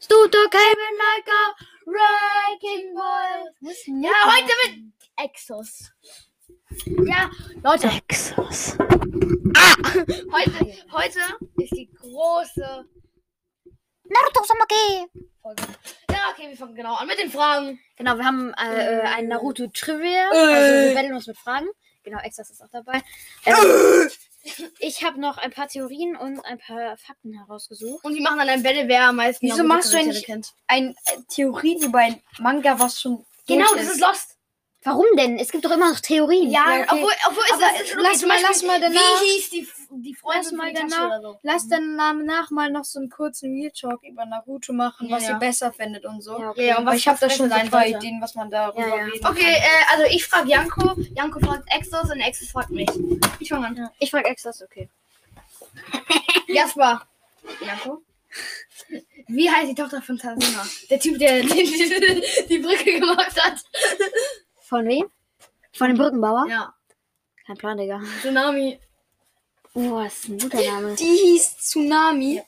Stuto came in like a wrecking ball. Ja, heute mit Exos. Ja, Leute, Exos. heute, heute ist die große Naruto Samaki. Folge. Ja, okay, wir fangen genau an mit den Fragen. Genau, wir haben äh, äh, ein Naruto Trivia. Äh. Also wir betteln uns mit Fragen. Genau, Exos ist auch dabei. Ähm, ich habe noch ein paar Theorien und ein paar Fakten herausgesucht. Und wir machen dann ein Battle, wer am meisten Genau, Wieso machst du Charaktere eigentlich- kennt. ein äh, Theorie über ein Manga, was schon. Genau, durch das ist Lost. Warum denn? Es gibt doch immer noch Theorien. Ja, Ah, okay. Obwohl, obwohl ist Aber das ist schon lass zum mal- Beispiel, lass mal danach- Wie hieß die, die Freundin Lass von mal Itachi genau. danach- oder so? Lass dann danach mal noch so einen kurzen Real Talk über Naruto machen, Ja, was ja. ihr besser findet und so. Ja, okay. Ja, und Aber was ich habe da besser schon so sein ein paar sollte. Ideen, was man darüber Ja, ja. reden Okay, äh, also ich frage Janko, Janko fragt Exos und Exos fragt mich. Ich fange an. Ich frage Exos, okay. Jasper. Janko? Wie heißt die Tochter von Tasima? Der Typ, der die, die, die Brücke gemacht hat. Von wem? Von dem Brückenbauer? Ja. Kein Plan, Digga. Tsunami. Oh, das ist ein guter Name. kann. Die hieß Tsunami.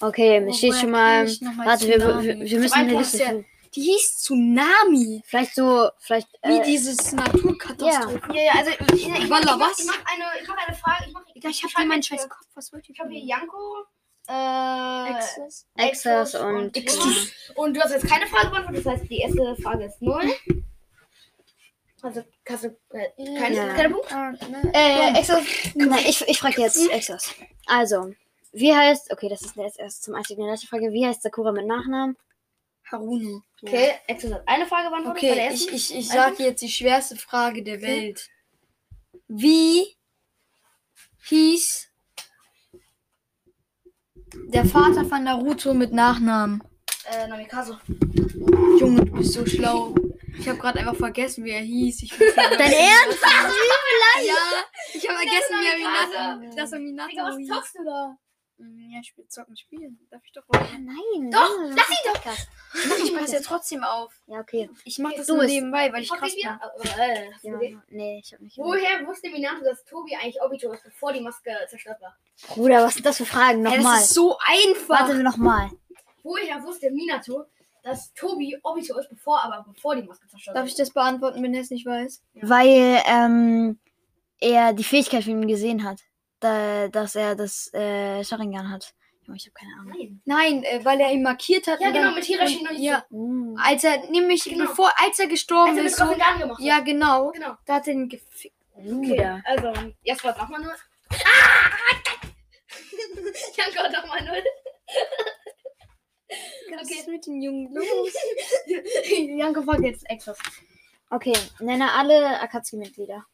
Okay, Oh, es steht woher schon kenn mal. ich noch mal Warte, wir, Tsunami? wir, wir Ich müssen hab eine einfach Liste sehr- finden. Die hieß Tsunami. Vielleicht so, vielleicht. Wie Äh, dieses Naturkatastrophe. Ja, ja, also ich, ich, ich, ich, mach, ich, Walla, mach, was? ich mach eine, ich mach eine Frage. Ich mach, Digga, ich hab schreib hier meinen jetzt scheiß hier- Kopf. Was wollt ihr Ich habe von hier mir? Janko, äh, Exes? Exos und. Exos. Und du hast jetzt keine Frage beantwortet, das heißt, die erste Frage ist null. Also, hast du äh, keine, Ja. keine Punkte? Ah, ne. Äh, Exos. Nein, ich, ich frage jetzt Exos. Also, wie heißt. Okay, das ist erst, erst zum Einstieg eine leichte Frage. Wie heißt Sakura mit Nachnamen? Haruno. Okay, Exos hat eine Frage beantwortet bei der Okay, ich, ersten. ich, ich Also- sage jetzt die schwerste Frage der Okay. Welt. Wie hieß der Vater von Naruto mit Nachnamen? äh, Namikaze. Junge, du bist so schlau. Ich habe gerade einfach vergessen, wie er hieß. Ich bin Dein Ernst? ja, ich habe vergessen, wie er Minato, Mikasa. dass er Digga, Minato was hieß. zockst du da? Mm, Ja, ich will zocken spielen. Darf ich doch mal. Nein. Doch, nein, lass das ist ihn doch. Podcast. Ich passe ja trotzdem auf. Ja, okay. Ich mache Okay, das du nur bist- nebenbei, weil ich Zocken krass wir? bin. Äh, hast du Ja, gesehen? nee, ich hab nicht. Woher wusste Minato, dass Tobi eigentlich Obito ist, bevor die Maske zerstört war? Bruder, was sind das für Fragen? Ey, Nochmal. das ist so einfach. Warte, nochmal. Woher wusste Minato, dass Tobi Obito ist, bevor, aber bevor die Maske zerstört Darf ich das beantworten, wenn er es nicht weiß? Weil ähm, er die Fähigkeit von ihm gesehen hat. Da, dass er das äh, Sharingan hat. Junge, ich habe keine Ahnung. Nein. Nein, äh, weil er ihn markiert hat. Ja, und genau, dann- mit Hirashi no und- Izu. Ja, Mm. als er nämlich, Genau. bevor, als er gestorben Als er ist, mit so, Rasengan gemacht hat. ja genau, Genau. da hat er ihn gefickt. Okay, Bruder. also, Jasper hat nochmal null. halt, Ah! Janko hat nochmal null. Was Okay. ist mit den Jungen los? Janko fragt jetzt Exos. Okay, nenne alle Akatsuki-Mitglieder.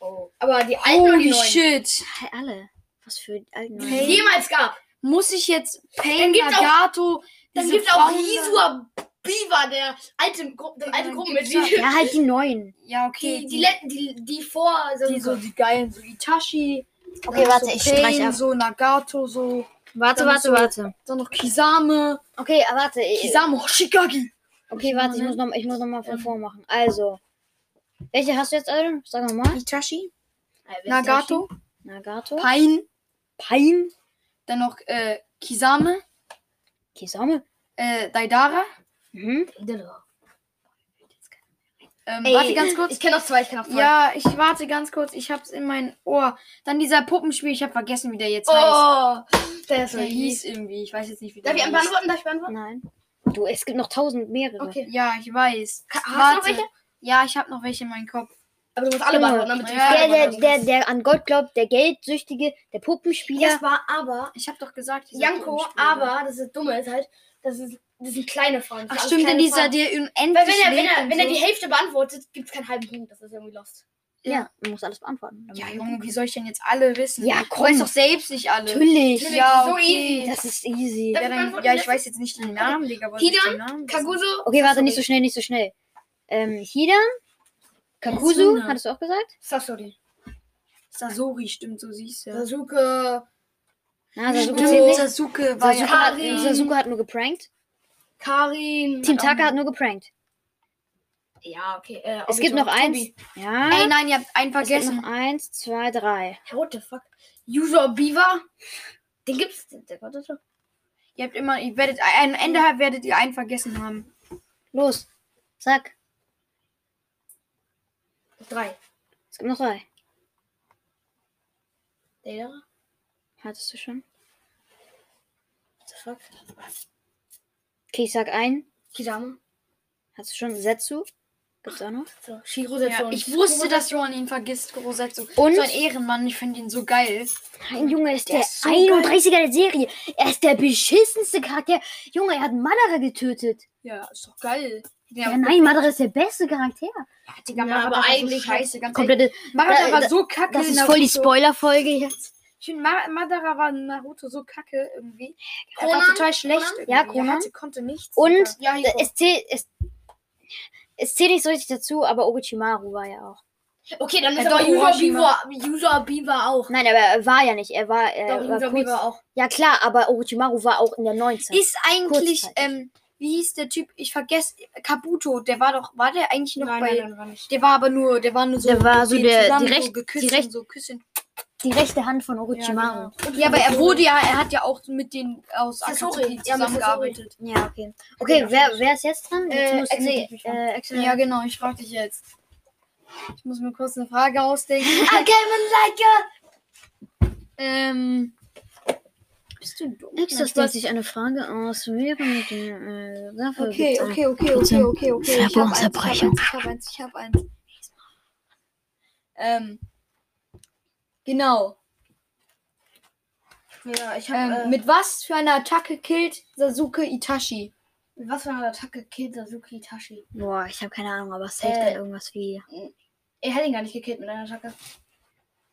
Oh. Aber die alten und die Holy neuen. shit. Hey, alle. Was für alten Die es jemals gab. Muss ich jetzt Pain, Dann gibt's auch- Nagato, Dann diese gibt es auch Frauen- Isua Biwa, der alte, Gru das alte Ja, Gruppenmitglied. Ja, halt die neuen. Die, Ja, okay. die, letzten, die, die vor die so die geilen, so Itachi. Okay, dann warte, so ich streich Pain, ab. So Nagato, so. Warte, warte, warte. Dann noch Kisame. Okay, äh, warte. äh, Kisame Hoshigagi. Okay, warte, ich muss nochmal noch ich muss noch mal von vorn machen. Also, welche hast du jetzt alle? Sag nochmal. Itachi. Äh, wer ist Nagato. Nagato. Pain. Pain. Dann noch äh, Kisame. Kisame. Äh, Daidara. Mhm. der? Ähm, Ey, warte ganz kurz. Ich kenne noch zwei, ich kenne noch zwei. Ja, ich warte ganz kurz. Ich hab's in mein Ohr. Dann dieser Puppenspiel. Ich hab vergessen, wie der jetzt heißt. Oh, der ist so Der hieß. hieß irgendwie. Ich weiß jetzt nicht, wie der Darf ich einen hieß. beantworten? Darf ich beantworten? Nein. Du, es gibt noch tausend mehrere. Okay. Ja, ich weiß. Ka- hast du noch welche? Ja, ich hab noch welche in meinem Kopf. Aber du musst alle Junge, beantworten, damit du ja, alle Der, der, beantworten der, der an Gott glaubt, der Geldsüchtige, der Puppenspieler. Das war aber Ich hab doch gesagt, dieser Janko, Puppenspieler. aber das ist dumme ist halt, das ist das sind kleine Fragen. Das Ach sind stimmt, alles kleine denn dieser, Fragen. der Weil wenn er, unendlich wenn lebt er, und wenn er so. die Hälfte beantwortet, gibt es keinen halben Punkt. Das ist irgendwie lost. ja, man muss alles beantworten. Ja, Junge, wie soll ich denn jetzt alle wissen? Ja, Ich komm. weiß doch selbst nicht alle. Natürlich. Ja, So okay. easy. Das ist easy. Ja, Darf ich dann, beantworten ja, ich jetzt? weiß jetzt nicht den Namen, Digga. aber Hidan, soll ich den Namen wissen? Kaguso, Okay, warte, nicht so Sorry. schnell, nicht so schnell. Ähm, Hidan, Kakuzu, Yasuna. hattest du auch gesagt? Sasori, Sasori, stimmt, so siehst du. Sasuke, Na, Sasuke Stimmt. zählt nicht. Sasuke war Sasuke ja. hat, Karin. Sasuke hat nur geprankt. Karin. Team Taka hat nur geprankt. Ja, okay. Äh, Es gibt noch eins. Tobi. Ey, Ja. nein, ihr habt einen Es gibt vergessen. noch eins, zwei, drei. What the fuck? User Beaver. Den gibt's. Der, der, der, der, Ihr habt immer, ihr werdet, am Ende werdet ihr einen vergessen haben. Los. Sag. Drei. Es gibt noch drei. Der da? Hattest du schon? What the fuck? Okay, ich sag einen. Kisama? Hattest du schon? Setzu. Gibt's auch noch? So, Shiro setzt Ja, uns. ich wusste, dass Johann ihn vergisst, Grosetsu. Und? So ein Ehrenmann, ich finde ihn so geil. Nein, Junge, ist der, ist so 31er der Serie. Er ist der beschissenste Charakter. Junge, er hat Madara getötet. Ja, ist doch geil. Ja, nein, Madara ist der beste Charakter. Digga, Ja, Mara aber war so eigentlich- scheiße, ganz ehrlich. Komplette. Madara da- war da- so kacke. Das in ist voll die Naruto. Spoilerfolge jetzt. Ich finde, Ma- Madara war in Naruto so kacke irgendwie. Er war Conan? total schlecht. Conan? irgendwie. Ja, Er Conan. hatte- konnte nichts. Und Digga. ja, Da- Hiko. Es zählt, es, es zählt nicht so richtig dazu, aber Orochimaru war ja auch. Äh, Okay, dann ist Ja, aber doch, User B Hiroshima. war, User B war auch. Nein, aber er war ja nicht. Er war, äh, Doch, er war User B kurz. war auch. Ja klar, aber Orochimaru war auch in der 19. ist eigentlich, kurzzeitig. ähm, wie hieß der Typ? Ich vergesse, Kabuto, der war doch, war der eigentlich noch Nein, bei. nein, nein, war nicht. Der war aber nur, der war nur so. Der war so die der- zusammen die so recht- geküsst die recht- und so küssen. Die rechte Hand von Orochimaru. genau. Ja, aber er wurde ja, er hat ja auch mit den aus Sasori. Akatsuki Ja, mit Sasori. zusammengearbeitet. Ja, okay. Okay, wer, wer ist jetzt dran? Jetzt Äh, muss- Axel, nee, ich bin äh, Axel. Ja, genau, ich frag dich jetzt. Ich muss mir kurz eine Frage ausdenken. I came in like a ähm. Bist du dumm? Nächstes Nein, denkt sich eine Frage aus. Wir haben die, äh, dafür Okay, gibt's ein- okay, okay, okay, okay, okay. Ich hab eins, ich hab Verbundsabbrechung. eins, ich hab eins, ich hab eins. Ähm, genau. Ja, ich Ähm, habe äh, mit mit was für einer Attacke killt Sasuke Itachi? was für einer Attacke killt Sasuke Itachi? Boah, ich habe keine Ahnung, aber es zählt Äh, dann irgendwas wie. Er hat ihn gar nicht gekillt mit einer Attacke.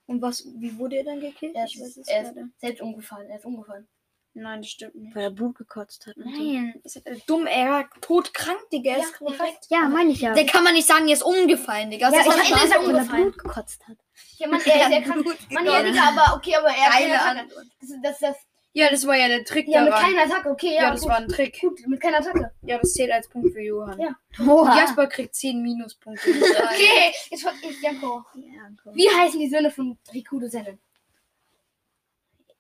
Und was, wie wurde er dann gekillt? Er Ich weiß ist, es er ist gerade. selbst umgefallen. Er ist umgefallen. Nein, das stimmt nicht. Weil er Blut gekotzt hat. und so. Nein, ist er dumm, er war todkrank, Digga. er Ja, ist korrekt. korrekt. Ja, meine ich ja. Der kann man nicht sagen, er ist umgefallen, Digga. ja, Das ich ist hab am Ende was schon ist er gesagt, weil er umgefallen. Blut gekotzt hat. Ja, Mann, er ist Ja, ja krank. gut, Mann, genau. ja, Digga, aber okay, aber er Geile hat keine Antwort. Attacke. Das, ist- das, das, Ja, das war ja der Trick ja, mit daran. keiner Attacke, okay, ja. ja, das gut, war ein Trick. gut, mit keiner Attacke. Ja, das zählt als Punkt für Johann. Ja. Und Oha. Jasper kriegt 10 Minuspunkte. okay. Okay, jetzt frag ich Janko. Ja, komm. Wie heißen die Söhne von Rikudo Sennen?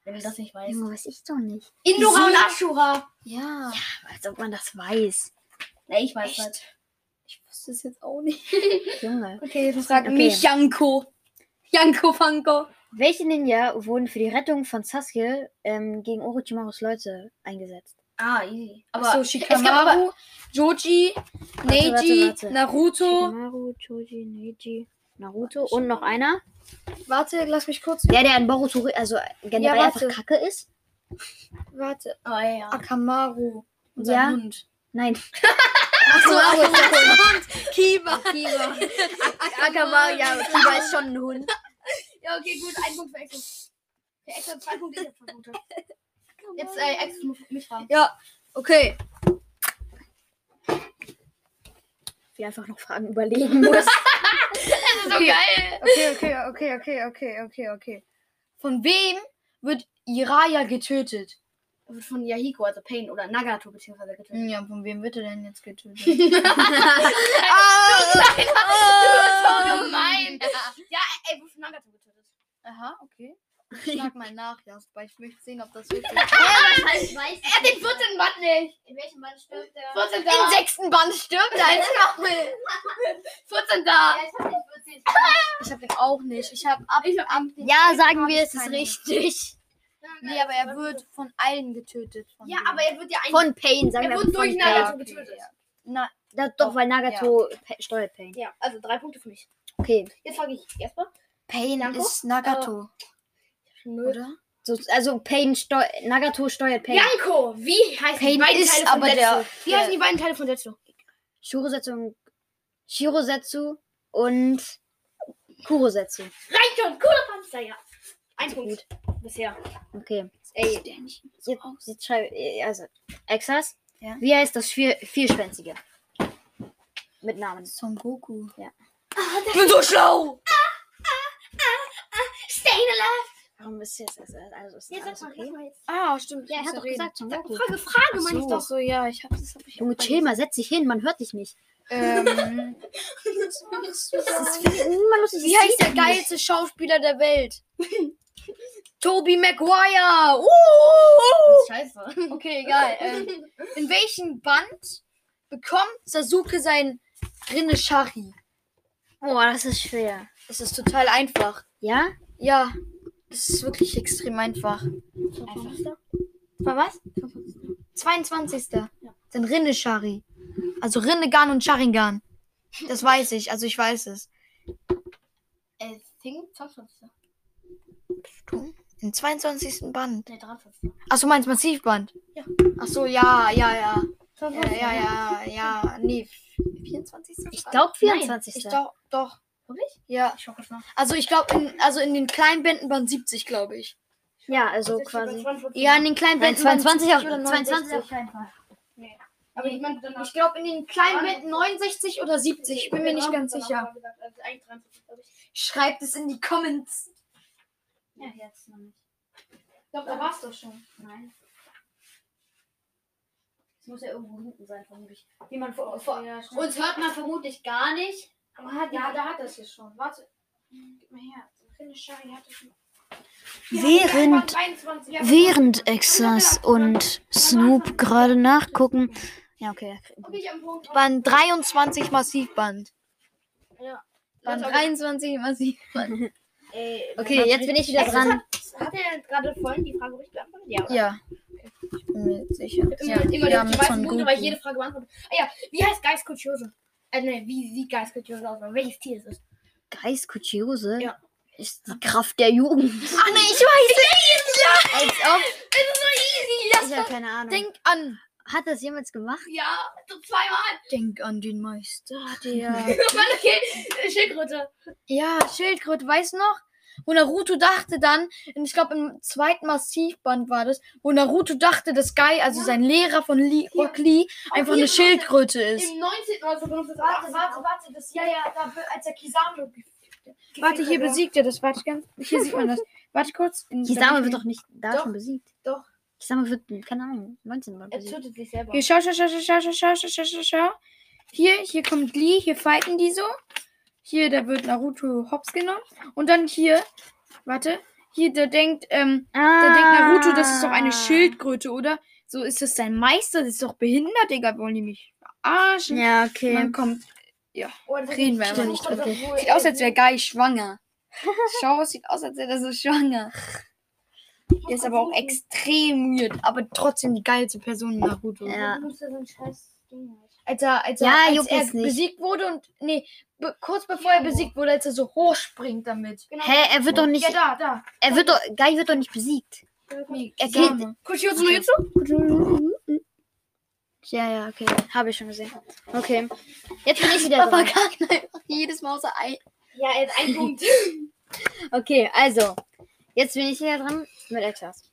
Wenn du das nicht weißt. Junge, weiß ich doch nicht. Indora und Söhne- Ashura. Ja. Als ob man das weiß. Ne, ich weiß das. Ich wusste es jetzt auch nicht. Junge. Okay, jetzt Sag Okay. mich Janko. Janko Fanko. Welche Ninja wurden für die Rettung von Sasuke ähm, gegen Orochimarus Leute eingesetzt? Ah, easy. Aber so Aber Shikamaru, Joji, Neji, warte, warte. Naruto. Shikamaru, Choji, Neji, Naruto und noch einer. Warte, lass mich kurz. Der, der in Boruto also generell Ja, warte. einfach kacke ist. Warte. oh, ja. Akamaru. Und Ja. sein Hund. Nein. Achso, Hund. Kiba. Kiba. Akamaru, ja, Kiba ist schon ein Hund. Ja, okay, gut, ein Punkt für Exos. Für Exos zwei Punkte, ich hab zwei Punkte. Jetzt, äh, Exos muss mich fragen. Ja, okay. Wir einfach noch Fragen überlegen muss. Das ist so geil! Okay, okay, okay, okay, okay, okay, okay. Von wem wird Jiraya getötet? Er wird von Yahiko, also Pain oder Nagato beziehungsweise getötet. Hm, Ja, von wem wird er denn jetzt getötet? Ah, Oh So gemein! Ja, er wird von Nagato getötet. Aha, okay. Ich schlag mal nach, Jasper. Ich möchte sehen, ob das wirklich. Er hat den 14. Band nicht! In welchem Band stirbt er? 14. Im sechsten Band stirbt er jetzt noch mit. 14. ich hab den 14. Ich hab den auch nicht. Ich hab ab. Ich ab ja, sagen wir, es ist Keine. richtig. nee, aber er wird von allen getötet. Von Ja, denen. aber er wird ja eigentlich. Von Pain, sagen Er wir. wurde von durch Pain. Nagato okay, getötet. ja. Na, Da, doch, weil Nagato pa steuert Pain. Ja, also drei Punkte für mich. Okay. Jetzt frage ich erstmal. Pain Danko? ist Nagato, Null. oder? So, also Pain steu Nagato steuert Pain. Janko, wie heißen Pain die beiden ist Teile von aber Detsu? der- wie der- heißen die beiden Teile von Detsu? Shurosetsu und Shirosetsu und Kurosetsu. Reicht schon, cooler Panzer, ja. Ein Punkt. Bisher. Okay. Ey, der nicht. Jetzt, jetzt schreibe also Exas. Ja. Wie heißt das vier Vierschwänzige? Mit Namen. Son Goku. Ah, Ja. Ich bin so schlau! Stay alive! Warum ist jetzt also, also ist Jetzt alles sag mal, okay? sag mal jetzt. Ah, stimmt. Ja, er hat doch gesagt, Son Goku. Frage, Frage, meine ich so. doch. so, ja, ich hab das. Hab ich Junge, auch chill mal, setz dich hin, man hört dich nicht. Ähm, Das ist, man muss wie heißt der geilste Schauspieler der Welt? Toby Maguire. Uh! Scheiße. Okay, egal. Ähm, in welchem Band bekommt Sasuke sein Rinne Shari? Oh, das ist schwer. Es ist total einfach. Ja? Ja, es ist wirklich extrem einfach. War was? 22. Dann Rinne Shari. Also Rinnegan und Sharingan. Das weiß ich, also ich weiß es. I think 52. Im 22. Band. Ne, 53. Achso, meinst Massivband? Ja. Achso, ja, ja, ja. Ja, 52. ja, ja, ja. Nee, 24. Ich glaube 24. Ich doch, doch. Wirklich? Ja. Ich schau kurz nach. Also ich glaube, in, also in den kleinen Bänden waren 70, glaube ich. ja, also quasi. Ja, in den kleinen Nein, Bänden waren 22 auf- 70 oder 22 auf 69. keinen Fall. Nee. Aber ich meine, dann Ich glaube, in den kleinen Bänden 69 oder 70. Ich bin mir nicht ganz sicher. also Eigentlich 53, glaub ich. Schreibt es in die Comments. Ja, jetzt noch nicht. Ich glaube, da war's doch schon. Nein. Es muss ja irgendwo hinten sein, vermutlich. Wie man vor, vor Uns hört man vermutlich gar nicht. Aber hat, ja, da hat das hier schon. Warte. Gib mal her. Rinne Shari hat das schon. Ja, Während- 23, ja. Während Exas und Snoop gerade nachgucken. Ja, okay. Guck ich am Punkt. Band 23 Massivband. Ja. Band 23 Massivband. Ey, Okay, jetzt bin ich wieder Exas dran. Hat er gerade vorhin die Frage richtig beantwortet? Ja. oder? Ja. Ich bin mir sicher. Immer, immer ja, ja, die mit weißen Son Punkte, weil ich Goku. jede Frage beantworte. Ah ja, wie heißt Geist Kultiose? Äh, ne, wie sieht Geist Kultiose aus? Und Welches Tier ist es? Geist Kuchiose Ja. ist die Kraft der Jugend. Ach ne, ich weiß Als ob. es! Es ist so easy! Ich Das habe keine Ahnung. Denk an. Hat das jemals gemacht? ja, so zweimal. Denk an den Meister, der. Mann, okay, äh, Schildkröte. ja, Schildkröte, weißt du noch? Wo Naruto dachte dann, und ich glaube im zweiten Massivband war das, wo Naruto dachte, dass Guy, also sein Lehrer von Lee, Hier. Rock Lee, einfach hier eine drauf, Schildkröte ist. Im 19. Also benutzt das Warte, 18. warte, warte, das, ja, ja, da, als er Kisame Gefickt Warte, hier hat er. besiegt er das. Warte ganz. Hier sieht man das. Warte kurz. Kisame wird doch nicht da Doch. schon besiegt. Doch. Kisame wird, keine Ahnung, 19 Mal Er besiegt. tötet sich selber. Hier, schau, schau, schau, schau, schau, schau, schau, schau, schau, schau. Hier, hier kommt Lee, hier fighten die so. Hier, da wird Naruto hops genommen. Und dann hier, warte, hier, da denkt, ähm, da denkt Ah. Naruto, das ist doch eine Schildkröte, oder? So ist das sein Meister, das ist doch behindert, Digga, wollen die mich verarschen? Ja, Und okay. dann kommt, Oh, das Reden wir ist aber so nicht, krass, okay. obwohl sieht er aus, als sie- wäre Guy schwanger. Schau, es sieht aus, als wäre er so schwanger. Der ist aber auch extrem weird, aber trotzdem die geilste Person in Naruto. Ja. Du musst ja so ein scheiß Ding halt. als er, als er, Ja, als juckt er jetzt nicht. besiegt wurde und nee, be kurz bevor er Ja. besiegt wurde, als er so hoch springt damit. Genau. Hä, er wird doch nicht, Ja, da, da. er wird doch, Guy wird doch nicht besiegt. Nee, Er Kisame. Kushiyotsu no Jutsu? Ja, ja, okay. Habe ich schon gesehen. Okay. Jetzt bin ich Oh wieder dran. kann einfach jedes Mal außer ein. Ja, jetzt ein Punkt. Okay, also. Jetzt bin ich wieder dran mit Exas.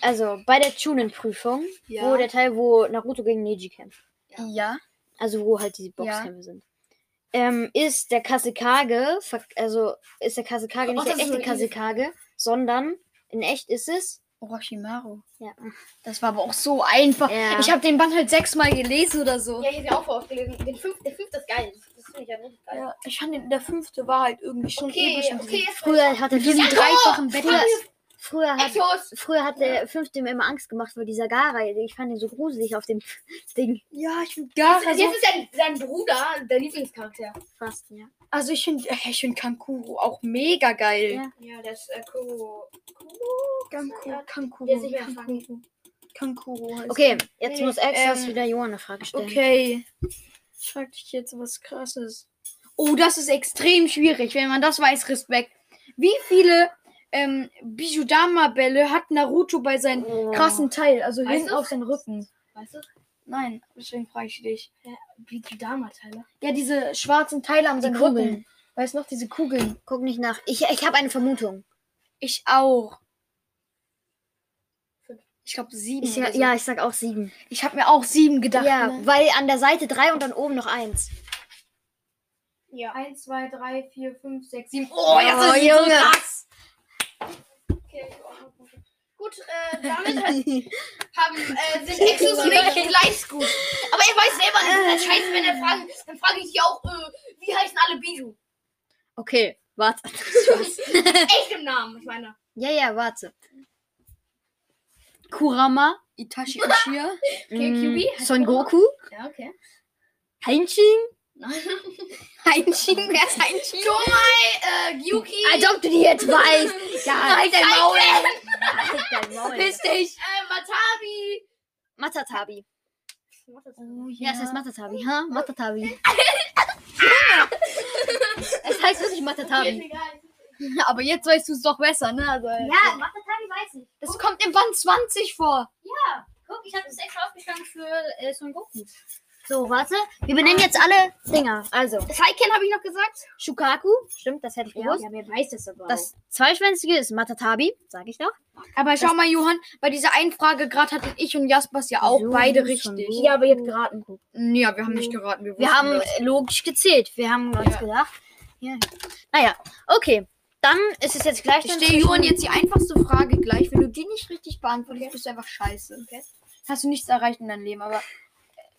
Also, bei der Chunin-Prüfung, Ja. wo der Teil, wo Naruto gegen Neji kämpft, Ja. also wo halt diese Boxkämpfe sind, ähm, ist der Kasekage, ver- also ist der Kasekage Ach, nicht das der ist so echte easy. Kasekage, sondern in echt ist es. Orochimaru. Ja. Das war aber auch so einfach. Ja. Ich habe den Band halt sechsmal gelesen oder so. Ja, hier ist ja auch voll oft gelesen. Den fünf, der fünfte ist geil. Das finde ich ja richtig geil. Ja, Ich fand den, der fünfte war halt irgendwie schon Okay, episch. und okay, jetzt Früher hat der Mit diesem fünfte, dreifachen Battle. früher hat, Exos! früher hat der fünfte mir immer Angst gemacht, weil dieser Gara, ich fand ihn so gruselig auf dem Ding. Ja, ich finde gar Jetzt ist sein, sein Bruder der Lieblingscharakter. Fast, ja. Also ich finde ich find Kankuro auch mega geil. Ja. Ja, das äh, Kuro. Kankuro, Kankuro. Der sich mehr Kankuro. Kankuro heißt Okay, jetzt Nee, muss Exas ähm, wieder Johanna Frage stellen. Okay. Ich frag dich jetzt was krasses. Oh, das ist extrem schwierig. Wenn man das weiß, Respekt. Wie viele ähm, Bijudama-Bälle hat Naruto bei seinem Oh. krassen Teil? Also Weißt hinten du's? auf den Rücken. Weißt du? Nein, deswegen frage ich dich. Wie die Dama-Teile. Ja, diese schwarzen Teile am seinem Kugeln. Rücken. Weißt du noch, diese Kugeln? Guck nicht nach. Ich, ich habe eine Vermutung. Ich auch. Fünf. Ich glaube sieben. Ich, oder so. ja, also. ich sag auch sieben. ich habe mir auch sieben gedacht. ja, ne? weil an der Seite drei und dann oben noch eins. Ja. 1, 2, 3, 4, 5, 6, 7. Oh, jetzt ist sie so krass. Okay, ich hab auch noch Punkte. Gut, äh, damit hat, haben, äh, sind Exos und ich gleich gut. Aber ich weiß selber nicht, das scheiße, wenn er fragen, dann frage ich dich auch, äh, wie heißen alle Biju? Okay, warte. Echt im Namen, ich meine. Ja, ja, warte. Kurama, Itachi Uchiha. Kyuubi, mm, heißt Son Kurama? Goku, Ja, okay. Hainshin. Heinschien, wer ist Heinschien? Tomai, äh, Yuki. Als ob du die jetzt weißt. Ja, halt dein Maul. Halt dein Maul. Piss dich! Äh, Matabi. Matatabi. Äh, Oh, Ja, es heißt Matatabi, ha? Matatabi. es heißt wirklich Matatabi. Aber jetzt weißt du es doch besser, ne? Also, Ja, Matatabi weiß ich. Das kommt im Band 20 vor. Ja, guck, ich habe das extra aufgestanden für äh, Son Goku. So, warte. Wir benennen jetzt alle Dinger. Also, Saiken habe ich noch gesagt. Shukaku. Stimmt, das hätte ich gewusst. wer weiß das aber. Das zweischwänzige ist Matatabi, sag ich doch. Aber schau mal, Johann, bei dieser einen Frage gerade hatten ich und Jaspers ja auch So, beide schon richtig. gut. ja, aber ihr habt geraten. Ja, wir haben nicht geraten. Wir, Wir wussten haben das. logisch gezählt. Wir haben uns gedacht. Ja. Naja, okay. Dann ist es jetzt gleich. Ich dann stelle Johann zwischen- jetzt die einfachste Frage gleich. Wenn du die nicht richtig beantwortest, bist du einfach scheiße. Okay. Hast du nichts erreicht in deinem Leben, aber äh,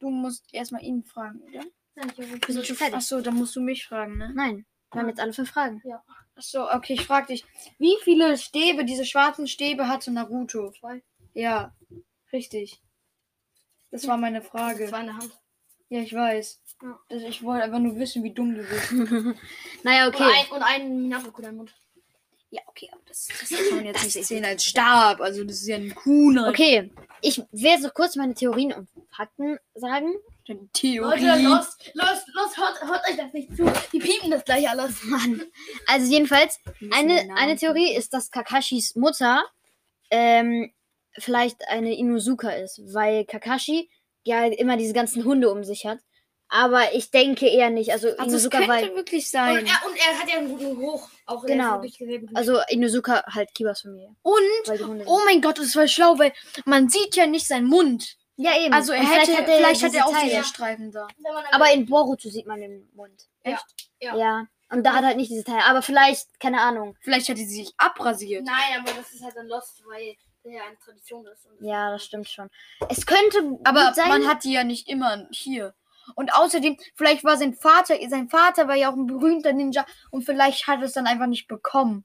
du musst erstmal ihn fragen, oder? Nein, ich hab- Wir sind schon fertig. Achso, dann musst du mich fragen, ne? Nein, wir haben jetzt alle fünf Fragen. Achso, okay, ich frag dich. Wie viele Stäbe, diese schwarzen Stäbe hatte Naruto? Zwei. Ja, richtig. Das war meine Frage. in der Hand. Ja, ich weiß. Ja. Also ich wollte einfach nur wissen, wie dumm du bist. Naja, Und okay. Oh, ein, und ein Minato dein Mund. Ja, okay, aber das, das kann man jetzt nicht sehen als Stab. Also das ist ja ein Kuna. Okay, ich werde so kurz meine Theorien und Fakten sagen. Eine Theorie. Leute, los, los, los, hört, hört euch das nicht zu. Die piepen das gleich alles. Mann. Also jedenfalls, eine, eine Theorie ist, dass Kakashis Mutter ähm, vielleicht eine Inuzuka ist, weil Kakashi ja immer diese ganzen Hunde um sich hat. Aber ich denke eher nicht. Also, Also es Inuzuka, könnte weil, wirklich Und sein. er, und er hat ja einen guten Geruch. Auch er ist Genau. wirklich sehr gut. also Inuzuka halt Kibas Familie. Und, Weil die Hunde oh mein Gott, das war schlau, weil man sieht ja nicht seinen Mund. Ja, eben. Also er Und hätte, vielleicht hat er, diese auch Teile. diese Streifen da. Wenn man Aber in Boruto sieht man den Mund. Ja. Ja. Ja. Und da hat er halt nicht diese Teile. Aber vielleicht, keine Ahnung. Vielleicht hat sie sich abrasiert. Nein, aber das ist halt dann Lost, weil das ja eine Tradition ist. Und Ja, das stimmt schon. Es könnte Aber gut sein. man hat die ja nicht immer hier. Und außerdem, vielleicht war sein Vater, sein Vater war ja auch ein berühmter Ninja und vielleicht hat er es dann einfach nicht bekommen.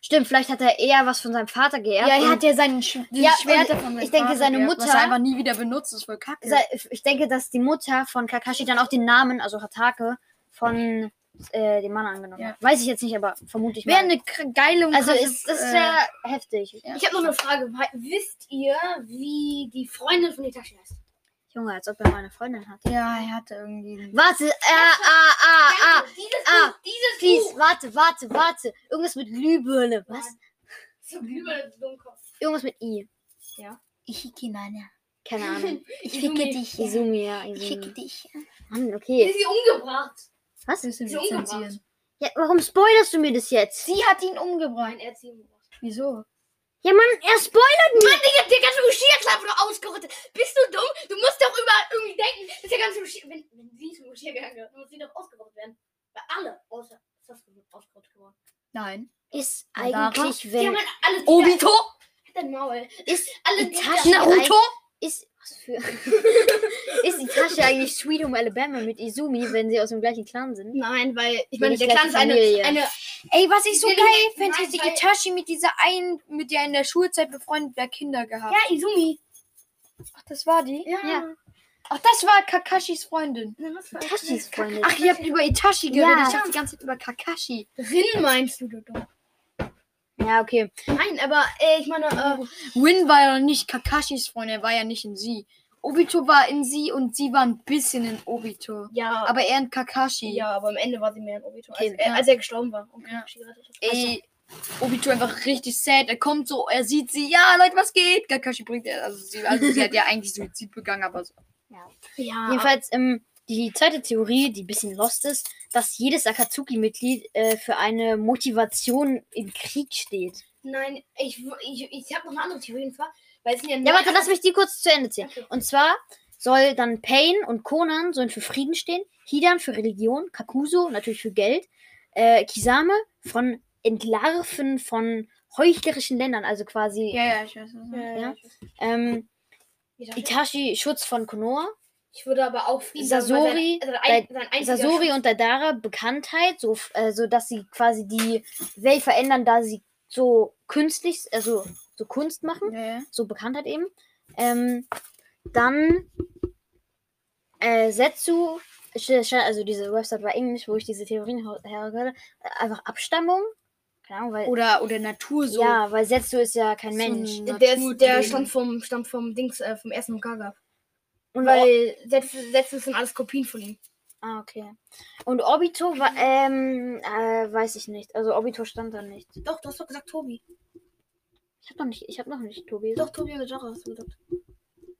stimmt, vielleicht hat er eher was von seinem Vater Ja, geerbt. er und hat ja seinen Sch dieses Ja, Schwert und von seinem ich denke, Vater seine geerbt, Mutter- Was er einfach nie wieder benutzt, ist voll kacke. sei- Ich denke, dass die Mutter von Kakashi dann auch den Namen, also Hatake, von äh, dem Mann angenommen Ja. hat. Weiß ich jetzt nicht, aber vermutlich Wäre mal. eine kr- geile und Also krasse, ist, das äh, ist ja heftig. ich habe noch eine Frage. We- Wisst ihr, wie die Freundin von Itachi heißt? Junge, als ob er meine Freundin hat. Ja, er hatte irgendwie. Warte, äh, ah, ah, ah. dieses ah, Buch, dieses Please, Buch. warte, warte, warte. Irgendwas mit Glühbirne. Was? Nein. So über den Dummkopf. Irgendwas mit I. Ich hicke meine. Keine Ahnung. Ich dich. Izumi, ja. Izumi. dich. Mann, Die ist okay. sie umgebracht. Das ist Sie umgebracht. lizenzieren. Ja, warum spoilerst du mir das jetzt? Sie hat ihn umgebracht. Nein, er hat sie umgebracht. Wieso? Ja, Mann, er spoilert mich. Mann, Digga, der ganze Uschia-Klappe noch ausgerottet. Bist du dumm? Du musst doch über irgendwie denken, dass der ganze Uschia... Wenn, wenn sie zum Uschia gegangen wäre, muss sie doch ausgerottet werden. Weil alle außer Sasuke ausgerottet geworden. Nein. Ist Madara? eigentlich, Die wenn. haben halt alle... Obito? Halt dein Maul. Ist Alle Itachi Ninja- eigentlich. Naruto? Ist. Was für. ist Itachi eigentlich Sweet Home Alabama mit Izumi, wenn sie aus dem gleichen Clan sind? Nein, weil... Die Ich meine, der gleiche Clan ist eine... Familie. eine Ey, was ich so Nee, geil nee, finde, nein, ist die weil- Itachi mit dieser einen, mit der in der Schulzeit befreundet war, Kinder gehabt. ja, Izumi. Ach, das war die? Ja. Ja. Ach, das war Kakashis Freundin. Nein, was für Itachi ist Freundin. Ach, ihr habt über Itachi geredet. Ja. Ich hab die ganze Zeit über Kakashi. Rin meinst du, du dumm. Ja, okay. Nein, aber äh, ich meine... Äh, Oh. Win war ja nicht Kakashis Freundin, er war ja nicht in sie. Obito war in sie und sie war ein bisschen in Obito. ja... Aber er in Kakashi. Ja, aber am Ende war sie mehr ein Obito, Okay, als, äh, ja. als er gestorben war. Und Ja. Kakashi gerettet hat. Ey, Obito einfach richtig sad. Er kommt so, er sieht sie, ja, Leute, was geht? Kakashi bringt er, also sie, also sie hat ja eigentlich Suizid begangen, aber so. Ja, Jedenfalls, ähm, die zweite Theorie, die ein bisschen lost ist, dass jedes Akatsuki-Mitglied äh, für eine Motivation im Krieg steht. Nein, ich, w- ich, ich habe noch eine andere Theorie und zwar, weil es sind ja Ja, warte, lass das mich die kurz zu Ende zählen. Okay. Und zwar soll dann Pain und Conan sollen für Frieden stehen, Hidan für Religion, Kakuso natürlich für Geld, äh, Kisame von Entlarven von heuchlerischen Ländern, also quasi ja, ich weiß. Ja. ähm, Itachi Schutz von Konoha, Ich würde aber auch Frieden Sasori, sein, sein, ein- sein einziger Sasori Schutz- und Dadara Bekanntheit, so äh, so dass sie quasi die Welt verändern, da sie so künstlich, also so Kunst machen, Ja, ja. so Bekanntheit eben. Ähm, dann äh, Setsu, sch- sch- also diese Website war Englisch, wo ich diese Theorien hau- hergehört habe, äh, einfach Abstammung. Keine Ahnung, weil. Oder, oder Natur so. Ja, weil Setsu ist ja kein So Mensch. ein- Der, ist, der Naturthemen. stammt vom, stammt vom Dings, äh, vom ersten Gaga. Und Weil Sätze, Sätze sind alles Kopien von ihm. Ah, okay. Und Obito war, ähm, äh, weiß ich nicht. Also Obito stand da nicht. Doch, du hast doch gesagt Tobi. Ich hab noch nicht, ich hab noch nicht Tobi. Doch, Tobi und Dara hast du gesagt.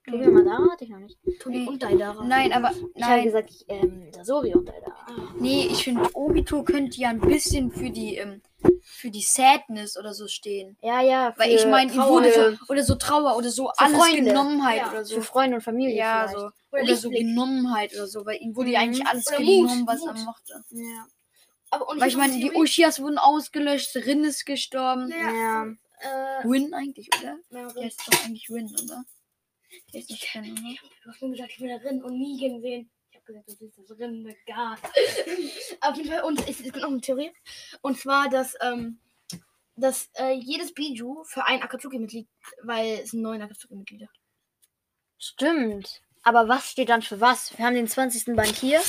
Tobi und Madara hatte ich noch nicht. Tobi Nee. und Daidara. Nein, aber Ich habe Mhm. nein. gesagt, ähm, Sasori und Madara. Nee, ich finde, Obito könnte ja ein bisschen für die, ähm, für die Sadness oder so stehen. Ja, ja. Weil ich für meine, ihm Trauer, wurde für, so, oder so Trauer oder so alles Freunde. Genommenheit Ja. oder für so. Freunde und Familie Ja, vielleicht. so. Oder Oder so Lichtblick. Genommenheit oder so, weil ihm wurde Mhm. ja eigentlich alles Oder genommen, Mut, was Mut. er mochte. Ja. Aber und Weil ich meine, die Theorie- Ushias wurden ausgelöscht, Rin ist gestorben. Ja. Ja. Äh, Win eigentlich, oder? ja, Der ist doch eigentlich Win, oder? Der ist nicht Ken, oder? Du hast nur gesagt, ich will da Rinnen und Nigen sehen. Ich habe gesagt, du siehst das Rinnen mit Gas. Auf jeden Fall, und es es gibt noch eine Theorie. Und zwar, dass, ähm, dass äh, jedes Biju für ein Akatsuki-Mitglied, weil es sind neun Akatsuki-Mitglieder. Stimmt. Aber was steht dann für was? Wir haben den 20. Band hier.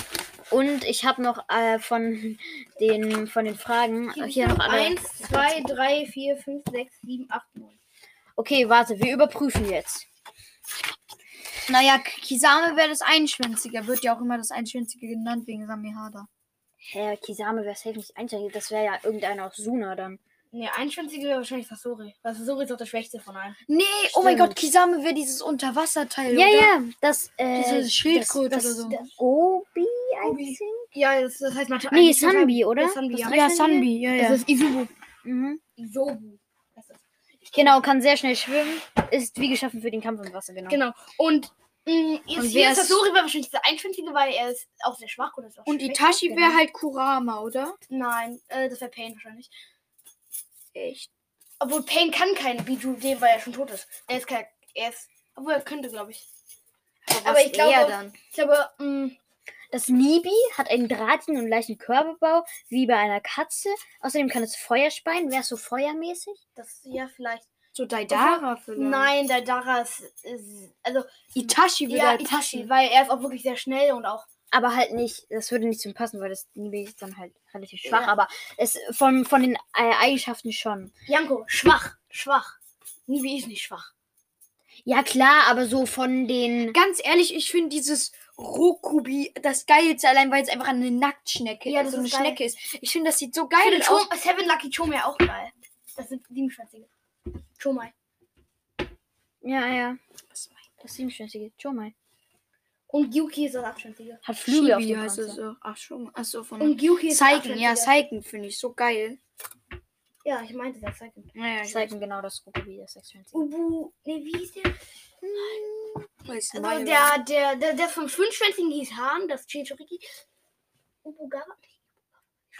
Und ich habe noch äh, von, den, von den Fragen hier, noch alle. 1, 2, 3, 4, 5, 6, 7, 8, 9. Okay, warte, wir überprüfen jetzt. Naja, K- Kisame wäre das Einschwänzige. Er wird ja auch immer das Einschwänzige genannt wegen Samihada. Herr Kisame wäre safe nicht einschränkend. Das wäre ja irgendeiner aus Suna dann. Ne, einschwänzig wäre wahrscheinlich Sasori. Weil Sasori ist doch der schwächste von allen. Nee, oh mein Stimmt. Gott, Kisame wäre dieses Unterwasserteil. Ja, oder? ja, das, äh, Diese Schildkröte das, das, oder so. Das Obi, I Obi. think? Ja, das, das heißt man Nee, Sanbi, oder? Sanbi, Das ja. rechnen Ja, wir? Sanbi, ja, ja. Das ist Izubu. Mhm. Isobu. Das ist Genau, kann sehr schnell schwimmen. Ist wie geschaffen für den Kampf im Wasser, genau. Genau. Und mh, jetzt Und hier wer ist ist- Sasori war wahrscheinlich der Einschwänzige, weil er ist auch sehr schwach oder so. Und Itachi wäre halt Kurama, oder? Nein, äh, das wäre Pain wahrscheinlich. Echt? Obwohl Pain kann keine Biju nehmen, weil er schon tot ist. Er ist kein. Er ist. Obwohl er könnte, glaube ich. Aber was ich glaube- eher dann. Ich glaube, mm, mh, Das Nibi hat einen drahtigen und leichten Körperbau, wie bei einer Katze. Außerdem kann es Feuer speien. Wäre es so feuermäßig? das ja vielleicht. So Daidara vielleicht. Nein, Daidara ist. ist also, Itachi würde ja, halt Itachi, passen. weil er ist auch wirklich sehr schnell und auch. Aber halt nicht, das würde nicht zu ihm passen, weil das Nibi ist dann halt relativ schwach. Ja. Aber es von, von den äh, Eigenschaften schon. Janko, schwach, schwach. Nibi ist nicht schwach. Ja, klar, aber so von den. Ganz ehrlich, ich finde dieses Rokubi das geilste, allein weil es einfach eine Nacktschnecke Ja, ja, das so eine ist geil. Schnecke ist. Ich finde, das sieht so Ich geil finde aus. Chom- oh, Seven Lucky Chomai auch geil. Das sind siebenschwänzige. Chomai. Ja, ja. Das siebenschwänzige. Schau mal. Und Yuki ist das achtschwänzige. Hat Flügel auf Shibi dem heißt es Panzer. so. Ach schon, ach so von Und Yuki ist der Seiken, ja, Achtschwänzige. Seiken finde ich so geil. Ja, ich meinte das Seiken. Naja, Das zeigt mir genau das Ruby, das sechsschwänzige. Ubu, ne, wie hieß der? weiß Also der, der, der, der vom fünfschwänzigen hieß Han, das Chinchuriki. Ubugawa.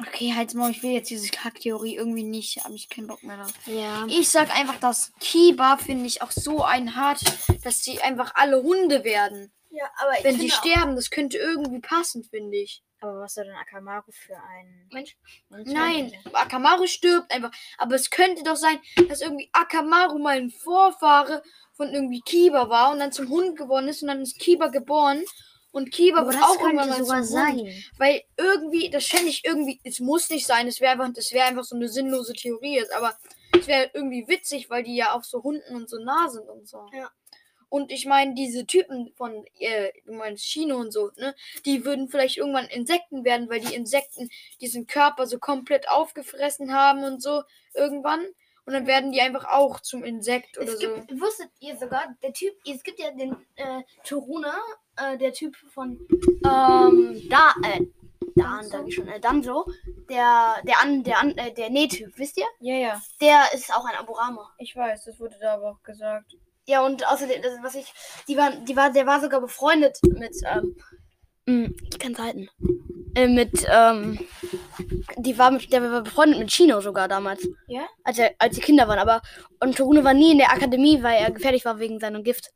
Okay, halt's mal, ich will jetzt diese Kacktheorie irgendwie nicht, habe ich keinen Bock mehr drauf. Ja. Ich sag einfach, dass Kiba finde ich auch so ein hart, dass sie einfach alle Hunde werden. Ja, aber ich Wenn sie finde auch- sterben, das könnte irgendwie passen, finde ich. Aber was soll denn Akamaru für ein. Mensch, Nein, Akamaru stirbt einfach. Aber es könnte doch sein, dass irgendwie Akamaru mal ein Vorfahre von irgendwie Kiba war und dann zum Hund geworden ist und dann ist Kiba geboren. Und Kiba Aber das wird auch könnte irgendwann sogar mal zum Hund. sein. Weil irgendwie, das fände ich irgendwie, es muss nicht sein, es wäre einfach, das wäre einfach so eine sinnlose Theorie jetzt, aber es wäre irgendwie witzig, weil die ja auch so Hunden und so nah sind und so. Ja. Und ich meine, diese Typen von, äh, du meinst Chino und so, ne, die würden vielleicht irgendwann Insekten werden, weil die Insekten diesen Körper so komplett aufgefressen haben und so irgendwann. Und dann werden die einfach auch zum Insekt oder es so. gibt, wusstet ihr sogar, der Typ, es gibt ja den äh, Toruna, äh, der Typ von ähm, da, äh, Dan, sag ich schon, äh, Danzo, der, der an, der an, äh, der Ne-Typ, wisst ihr? Ja, ja, Der ist auch ein Aburama. ich weiß, das wurde da aber auch gesagt. Ja, und außerdem, das, was ich, die waren, die war, der war sogar befreundet mit, ähm, mm, ich kann's halten. Äh, mit, ähm, die war mit, der war befreundet mit Chino sogar damals. Ja? Als, er, als die Kinder waren, aber, und Torune war nie in der Akademie, weil er gefährlich war wegen seinem Gift.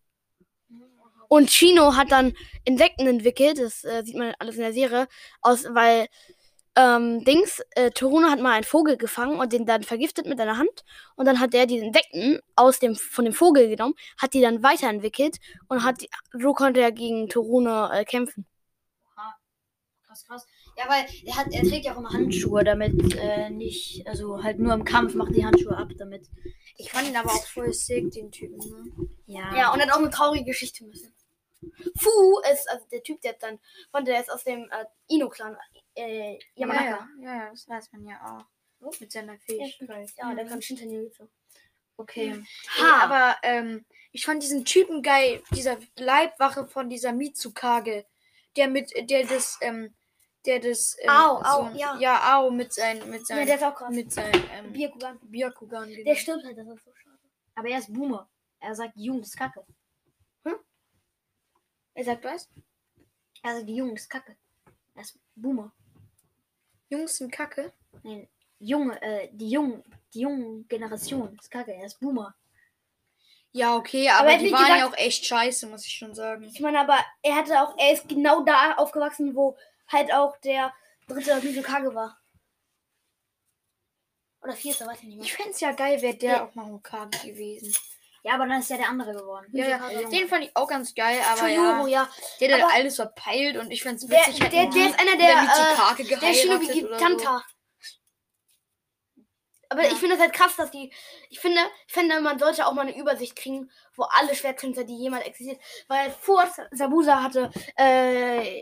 Und Chino hat dann Insekten entwickelt, das äh, sieht man alles in der Serie, aus, weil ähm, Dings, äh, Toruno hat mal einen Vogel gefangen und den dann vergiftet mit einer Hand. Und dann hat der die Insekten aus dem, von dem Vogel genommen, hat die dann weiterentwickelt und hat die, so konnte er gegen Toruno äh, kämpfen. Krass, krass. Ja, weil er, hat, er trägt ja auch immer Handschuhe, damit äh, nicht, also halt nur im Kampf macht die Handschuhe ab, damit. Ich fand ihn aber auch voll sick, den Typen. Ne? Ja. Ja, und hat auch eine traurige Geschichte müssen. Fu ist also der Typ, der hat dann, von der ist aus dem äh, Ino-Clan. Äh, Yamanaka. Ja, ja, ja, das weiß man ja auch. Mit seiner Fähigkeit. Ja, der kann Shinten Jutsu. Okay. Ha. Ey, aber ähm, ich fand diesen Typen geil, dieser Leibwache von dieser Mitsukage, der mit, der das, ähm, der das, ähm, Au, au, ja. ja, au, mit sein, mit sein, Ja, der ist auch krass. mit sein, ähm, Byakugan. Byakugan. genau. Der stirbt halt, das ist so schade. Hm. Aber er ist Boomer. Er sagt, die Jugend ist kacke. Er sagt was? Er sagt, die Jugend ist kacke. Er ist Boomer. Jungs sind Kacke. Nein, Junge, äh, die jungen, die jungen Generation ist kacke. Er ist Boomer. Ja, okay, aber, Aber er hat die nicht waren ja gesagt- auch echt scheiße, muss ich schon sagen. Ich meine, aber er hatte auch, er ist genau da aufgewachsen, wo halt auch der dritte Mizukage war. Oder vierte, weiß ich nicht mehr. Ich fänd's ja geil, wäre der Ja. auch mal Hokage gewesen. Ja, aber dann ist ja der andere geworden. Ja, ja, Der Junge. den fand ich auch ganz geil, aber Toyoro, ja, ja. der hat aber- alles verpeilt und ich find's Der, witzig, der, hätten der, die ist einer mit der der, äh, Mitsukage der Shinobi geheiratet gibt oder so. Tanta. Aber ich finde das halt krass, dass die. Ich finde, ich finde, man sollte auch mal eine Übersicht kriegen, wo alle Schwertkämpfer, die jemand existiert. Weil vor Sa- Sabusa hatte äh,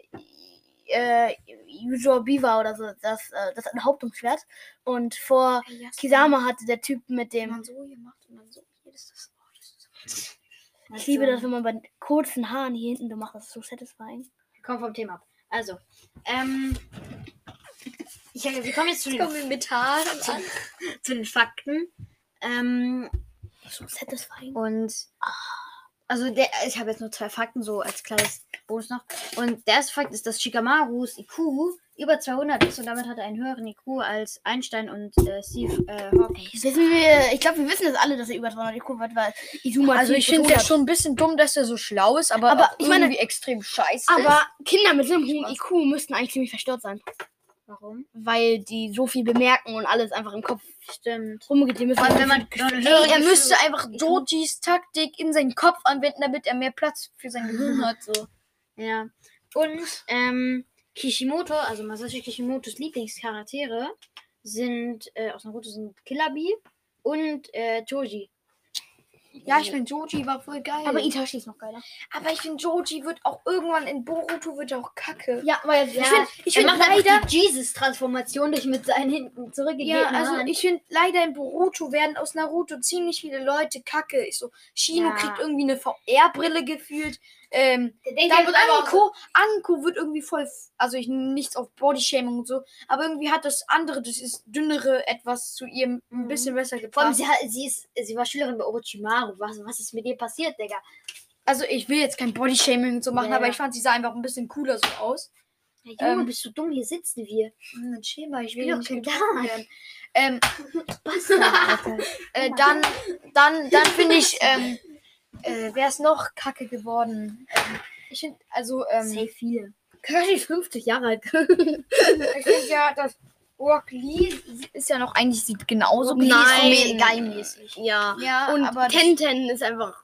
äh, Yujiro Biwa oder so das, äh, das Hauptumschwert. Und vor Ey, ja, so Kisama hatte der Typ mit Wenn dem. man so hier macht und dann so hier, das ist oh, das ist Ich liebe das, wenn man bei kurzen Haaren hier hinten gemacht hat. Das ist so satisfying. Komm vom Thema ab. Also, ähm. Ich, wir kommen jetzt zu den, wir mit Haaren an. zu den Fakten. Ähm, So satisfying. Und also der, ich habe jetzt nur zwei Fakten so als kleines Bonus noch. Und der erste Fakt ist, dass Shikamarus IQ über 200 ist und damit hat er einen höheren IQ als Einstein und äh, Steve äh, Hawking. Wissen wir, ich glaube, wir wissen das alle, dass er über 200 IQ hat, weil Izuma Also ich finde es ja schon ein bisschen dumm, dass er so schlau ist, aber, Aber auch ich meine- irgendwie extrem scheiße. Aber Kinder mit so einem hohen IQ müssten eigentlich ziemlich verstört sein, Warum? weil die so viel bemerken und alles einfach im Kopf Stimmt. rumgeht. Die müssen Vor allem, wenn so man, viel- wenn man Ey, er höhere- müsste einfach Dojis Taktik in seinen Kopf anwenden, damit er mehr Platz für sein Gehirn hat. So. Ja. Und ähm, Kishimoto, also Masashi Kishimotos Lieblingscharaktere sind äh, aus Naruto sind Killer Bee und äh, Choji. Ja, ich finde Joji war voll geil. aber Itachi ist noch geiler. aber ich finde Joji wird auch irgendwann in Boruto wird er auch kacke. Ja, weil Ja, ich finde, Ich er finde macht Also leider leider, die Jesus-Transformation durch mit seinen hinten ja, zurückgegebenen also Haaren. ich finde leider in Boruto werden aus Naruto ziemlich viele Leute kacke. Ich so Shino Ja. kriegt irgendwie eine VR-Brille gefühlt. Ähm, der denkt, Dann er wird einfach Anko, Anko wird irgendwie voll, also ich nichts auf Bodyshaming und so, aber irgendwie hat das andere, das ist dünnere etwas zu ihr ein Mhm. bisschen besser Vor allem, gepasst. sie, hat, sie, ist, sie war Schülerin bei Orochimaru. Was, was ist mit ihr passiert, Digga? Also ich will jetzt kein Bodyshaming und so machen, Ja, aber ja. ich fand, sie sah einfach ein bisschen cooler so aus. Ja, Junge, Ähm. bist du dumm? Hier sitzen wir. Mhm, Dann chill mal, ich will will doch nicht kein getroffen Tag. werden. Ähm, Bastard, Alter. äh, dann, dann, dann finde ich, ähm, äh, wer ist noch kacke geworden? Ähm, ich finde, also, ähm, Safe viele. Kakashi ist 50 Jahre alt. ich finde ja, dass Rock Lee ist ja noch eigentlich sieht genauso Rock Lee ist Oh Nein. mega Geilmäßig. Ja. Ja, Und aber das- Tenten ist einfach.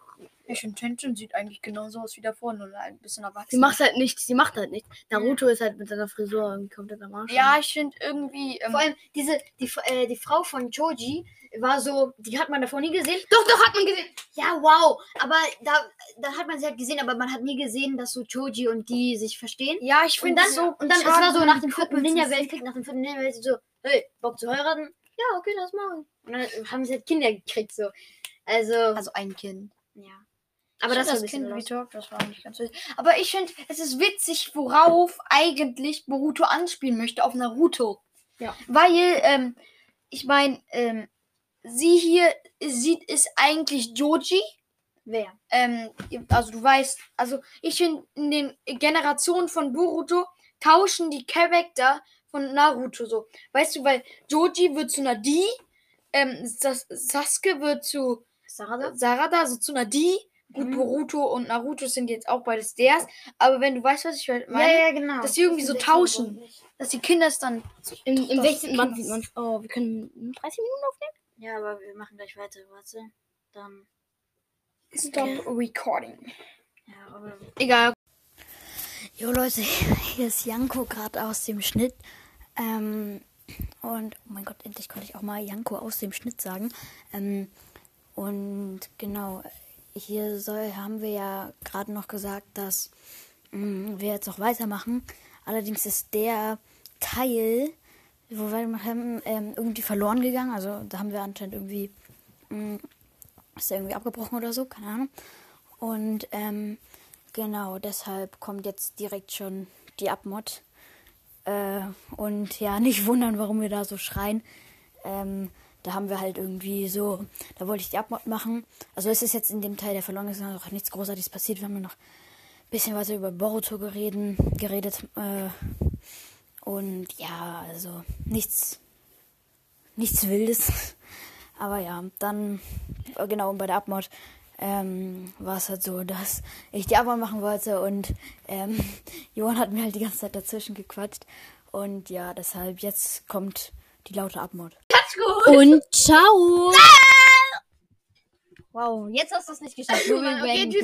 Ja, stimmt, Tenshin sieht eigentlich genauso aus wie davor, nur ein bisschen Sie erwachsen. macht halt nichts. Sie macht halt nichts. Naruto ist halt mit seiner Frisur irgendwie komplett am Arsch. ja, ich finde irgendwie. Ähm, Vor allem, diese, die, äh, die Frau von Choji war so, die hat man davor nie gesehen. Doch, doch, hat man gesehen. Ja, wow. Aber da, da hat man sie halt gesehen, aber man hat nie gesehen, dass so Choji und die sich verstehen. ja, ich Und finde dann, es so. und dann es schade, war so wenn nach die dem vierten Couples nicht- Ninja-Weltkrieg, nach dem vierten Ninja-Weltkrieg so, hey, Bock zu heiraten? Ja, okay, lass machen. Und dann haben sie halt Kinder gekriegt, so. Also, Also ein Kind. ja. Aber das war ein das bisschen Kind lost. Retalk, das war nicht ganz witzig. Aber ich finde, es ist witzig, worauf eigentlich Boruto anspielen möchte, auf Naruto. Ja. Weil, ähm, ich meine, ähm, sie hier sieht ist eigentlich Joji. Wer? ähm, also du weißt, also ich finde, in den Generationen von Boruto tauschen die Charakter von Naruto so. Weißt du, weil Joji wird zu einer Di, ähm, Sas Sasuke wird zu Sarada? Sarada, also zu einer Di. Gut, Mhm. Boruto und Naruto sind jetzt auch beides ders, aber wenn du weißt, was ich halt Ja, meine, ja, genau. dass sie irgendwie so tauschen. dass die Kinder es dann. Im, im das 16. Band Kind- sieht man. Oh, wir können 30 Minuten aufnehmen? Ja, aber wir machen gleich weiter. Warte. Dann. Stop recording. Ja, aber. Egal. Jo Leute, hier ist Janko gerade aus dem Schnitt. Ähm, und oh mein Gott, endlich konnte ich auch mal Janko aus dem Schnitt sagen. Ähm, und genau, hier soll, haben wir ja gerade noch gesagt, dass mh, wir jetzt noch weitermachen. Allerdings ist der Teil, wo wir gemacht haben, ähm, irgendwie verloren gegangen. Also da haben wir anscheinend irgendwie hm, ist er irgendwie abgebrochen oder so, keine Ahnung. Und ähm, genau, deshalb kommt jetzt direkt schon die Abmod. Äh, und ja, nicht wundern, warum wir da so schreien. Ähm, da haben wir halt irgendwie so, da wollte ich die Abmod machen. Also es ist jetzt in dem Teil, der verloren ist, noch nichts Großartiges passiert. Wir haben nur noch ein bisschen weiter über Boruto gereden, geredet. Äh, und ja, also nichts nichts Wildes. Aber ja, dann, äh, genau, und bei der Abmord ähm, war es halt so, dass ich die Abmord machen wollte und ähm, Johann hat mir halt die ganze Zeit dazwischen gequatscht. Und ja, deshalb, jetzt kommt die laute Abmord. Und ciao! Wow, jetzt hast du es nicht geschafft. Nur wegen Bang.